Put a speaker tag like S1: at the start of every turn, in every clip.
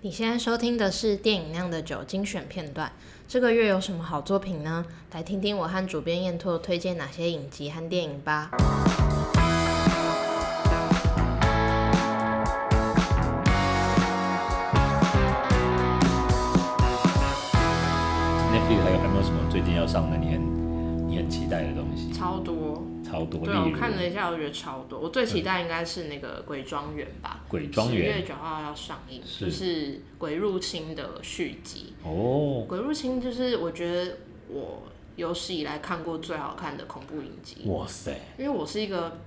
S1: 你现在收听的是电影《酿的酒》精选片段。这个月有什么好作品呢？来听听我和主编燕拓推荐哪些影集和电影吧。
S2: Netflix 还有还没有什么最近要上的你很你很期待的东西？
S3: 超多。
S2: 超多，啊
S3: 对，啊
S2: 例
S3: 我
S2: 如
S3: 看了一下，我觉得超多。我最期待应该是那个《鬼庄园》吧，
S2: 《鬼庄
S3: 十
S2: 园
S3: 月》九号要上映，
S2: 是
S3: 就是《鬼入侵》的续集。
S2: 哦
S3: 《鬼入侵》就是我觉得我有史以来看过最好看的恐怖影集，
S2: 哇塞，
S3: 因为我是一个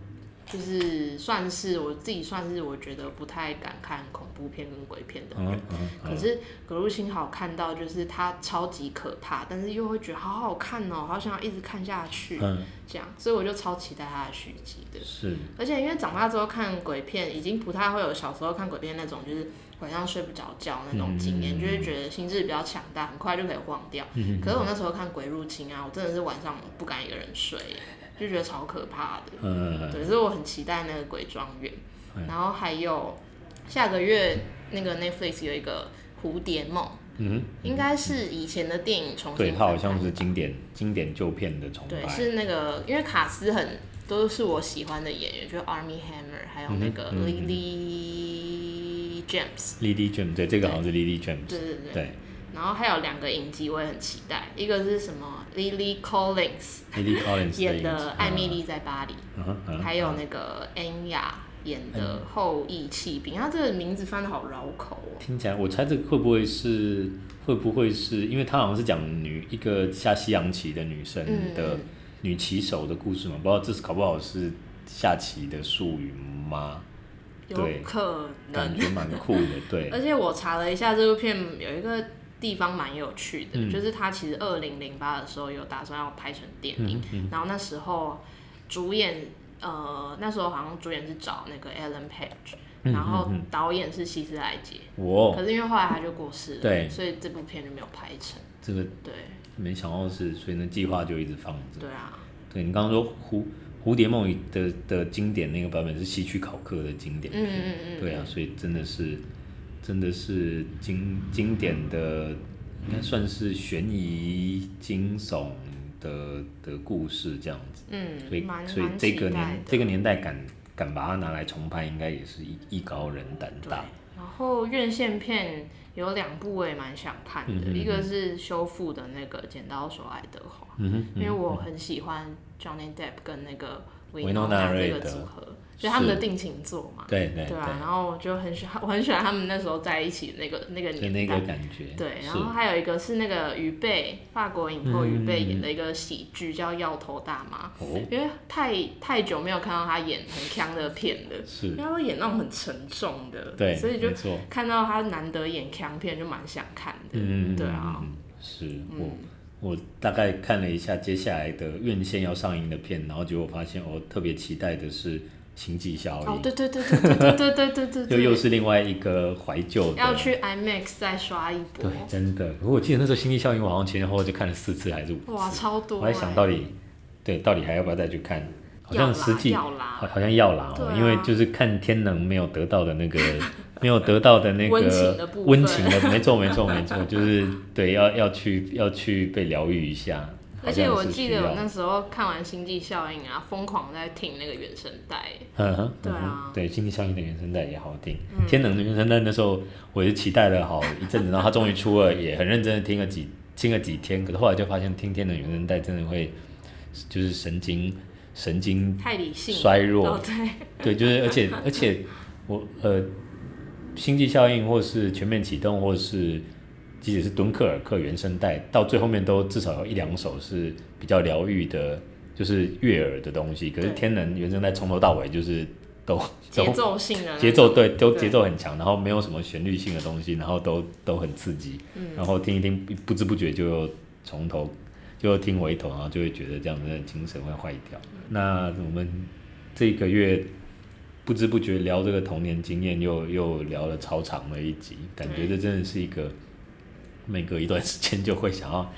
S3: 就是算是我自己算是我觉得不太敢看恐怖片跟鬼片的人。
S2: 嗯嗯
S3: 可
S2: 嗯，
S3: 是《鬼入侵》好看到就是它超级可怕，但是又会觉得好好看哦，好想要一直看下去，
S2: 嗯
S3: 这样，所以我就超期待它的续集的。
S2: 是
S3: 而且因为长大之后看鬼片，已经不太会有小时候看鬼片那种，就是晚上睡不着觉那种经验，就
S2: 嗯
S3: 会觉得心智比较强大，很快就可以忘掉。可是我那时候看《鬼入侵》啊，我真的是晚上不敢一个人睡，就觉得超可怕的。
S2: 嗯
S3: 对，所以我很期待那个《鬼庄园
S2: 嗯》，
S3: 然后还有下个月那个 Netflix 有一个《蝴蝶梦》，
S2: 嗯，
S3: 应该是以前的电影重新
S2: 对，它好像
S3: 翻拍
S2: 是经典经典旧片的重
S3: 对，
S2: 拍，
S3: 是那个，因为卡斯很都是我喜欢的演员，就是 Army Hammer，还有那个
S2: 嗯
S3: Lily James，、
S2: Lily James，对，这个好像是 Lily
S3: 对
S2: James，
S3: 对对。
S2: 对
S3: 然后还有两个影集我也很期待，一个是什么 Lily Collins
S2: ，Lily Collins
S3: 演
S2: 影子
S3: 的《艾米，丽在巴黎》，
S2: 嗯嗯嗯
S3: 还有那个恩雅演的《后羿弃兵》，她这个名字翻的好绕口哦。
S2: 听起来，我猜这个会不会是会不会是因为它好像是讲女一个下西洋棋的女生
S3: 嗯
S2: 的、女棋手的故事嘛？不知道这是搞不好是下棋的术语吗？
S3: 有
S2: 对
S3: 可能
S2: 感。觉蛮酷的，对，
S3: 而且我查了一下这部片，有一个地方蛮有趣的，
S2: 嗯
S3: 就是它其实二零零八的时候有打算要拍成电影，
S2: 嗯
S3: 然后那时候主演呃那时候好像主演是找那个 Alan Page，、
S2: 嗯
S3: 然后
S2: 嗯嗯
S3: 导演是希斯莱杰，
S2: 我
S3: 可是因为后来他就过世了，
S2: 对
S3: 所以这部片就没有拍成。
S2: 这个
S3: 对
S2: 没想到是，所以呢计划就一直放着。
S3: 对啊，
S2: 对你刚刚说蝴蝴蝶梦的的经典那个版本是西区考克的经典
S3: 嗯
S2: 片，
S3: 嗯嗯，
S2: 对啊，所以真的是真的是经经典的，应该算是悬疑惊悚的的故事这样子。
S3: 嗯，
S2: 所以
S3: 蛮
S2: 所以
S3: 蛮
S2: 这
S3: 期
S2: 个
S3: 待
S2: 年
S3: 的。
S2: 这个年代敢敢把它拿来重拍，应该也是艺艺高人胆
S3: 对
S2: 大。，
S3: 然后院线片有两部我也蛮想看的，
S2: 嗯嗯嗯
S3: 一个是修复的那个《剪刀手爱德华》
S2: 嗯哼，
S3: 因为我很喜欢 Johnny Depp 跟那个
S2: Winona
S3: Winona 这个
S2: Ryder
S3: 组合，就他们的定情作嘛，
S2: 对对
S3: 对啊，然后我就很喜欢，我 很喜欢他们那时候在一起那个那个
S2: 对，所以
S3: 年
S2: 那
S3: 代。
S2: 个感觉
S3: 对，然
S2: 是
S3: 后还有一个是那个于贝，法国影后于贝演的一个喜剧叫《摇头大妈》，
S2: 哦
S3: 因为太太久没有看到她演很强的片了，因
S2: 是
S3: 为，她会演那种很沉重的，
S2: 对，
S3: 所以就
S2: 没错，
S3: 看到他难得演强片，就蛮想看的。
S2: 嗯，
S3: 对啊
S2: 嗯，，嗯是我我大概看了一下接下来的院线要上映的片，然后结果发现我特别期待的是《星际效应》
S3: 哦，对对对对对对对对对
S2: 又
S3: 对
S2: 又是另外一个怀旧的，
S3: 要去 IMAX 再刷一波
S2: 对，，真的。不过我记得那时候《星际效应》，我好像前前后后就看了四次还是五次，
S3: 哇，超多、
S2: 我
S3: 欸！
S2: 还想到底对到底还要不要再去看，好
S3: 要
S2: 像
S3: 啦
S2: 实际
S3: 要
S2: 好
S3: 啦，
S2: 好像要啦、
S3: 对
S2: 哦，
S3: 啊
S2: 因为就是看天能没有得到的那个， 没有得到的那个
S3: 温情的部分
S2: 温情的，没 错没错没错，就是对，要要去要去被疗愈一下。
S3: 而且我记得
S2: 好
S3: 我
S2: 像是需要
S3: 那时候看完《星际效应》啊，疯狂在听那个原声带。
S2: 嗯哼，
S3: 对啊嗯
S2: 嗯哼对，经济效应的原声带也好听，天能的原声带那时候我也期待了好一阵子，然后他终于出了，也很认真的听了几听了几天，可是后来就发现听天能原声带真的会就是神经神经
S3: 太理性了，
S2: 衰弱，
S3: 哦，对，
S2: 对，就是而且而且我呃，星际效应或是全面启动，或是即使是敦刻尔克原声带，到最后面都至少有一两首是比较疗愈的，就是悦耳的东西。可是
S3: 对
S2: 天能原声带从头到尾就是都都
S3: 节奏性的那
S2: 节奏
S3: 种
S2: 对，都
S3: 对
S2: 节奏很强，然后没有什么旋律性的东西，然后都都很刺激，
S3: 嗯
S2: 然后听一听，不不知不觉就又从头就又听回头，然后就会觉得这样子的精神会坏掉。
S3: 嗯
S2: 那我们这个月不知不觉聊这个童年经验又，又聊了超长的一集，感觉
S3: 对
S2: 这真的是一个每隔一段时间就会想要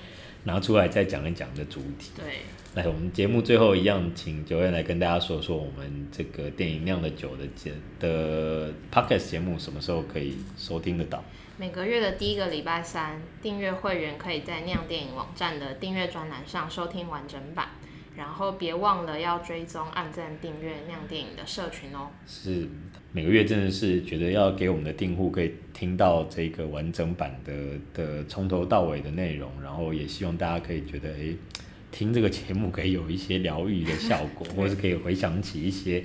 S2: 拿出来再讲一讲的主题。
S3: 对，
S2: 来，我们节目最后一样，请九月来跟大家说说我们这个电影《酿的酒》的节的 podcast 节目什么时候可以收听得到？
S3: 每个月的第一个礼拜三，订阅会员可以在酿电影网站的订阅专栏上收听完整版。然后别忘了要追踪、按赞、订阅酿电影的社群哦。
S2: 是每个月真的是觉得要给我们的订户可以听到这个完整版的的从头到尾的内容，然后也希望大家可以觉得，诶，听这个节目可以有一些疗愈的效果，或是可以回想起一些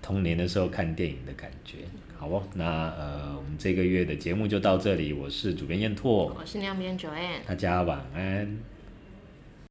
S2: 童年的时候看电影的感觉。好哦，那呃，我们这个月的节目就到这里，我是主编燕拓，
S3: 我是酿编 Joanne，
S2: 大家晚安。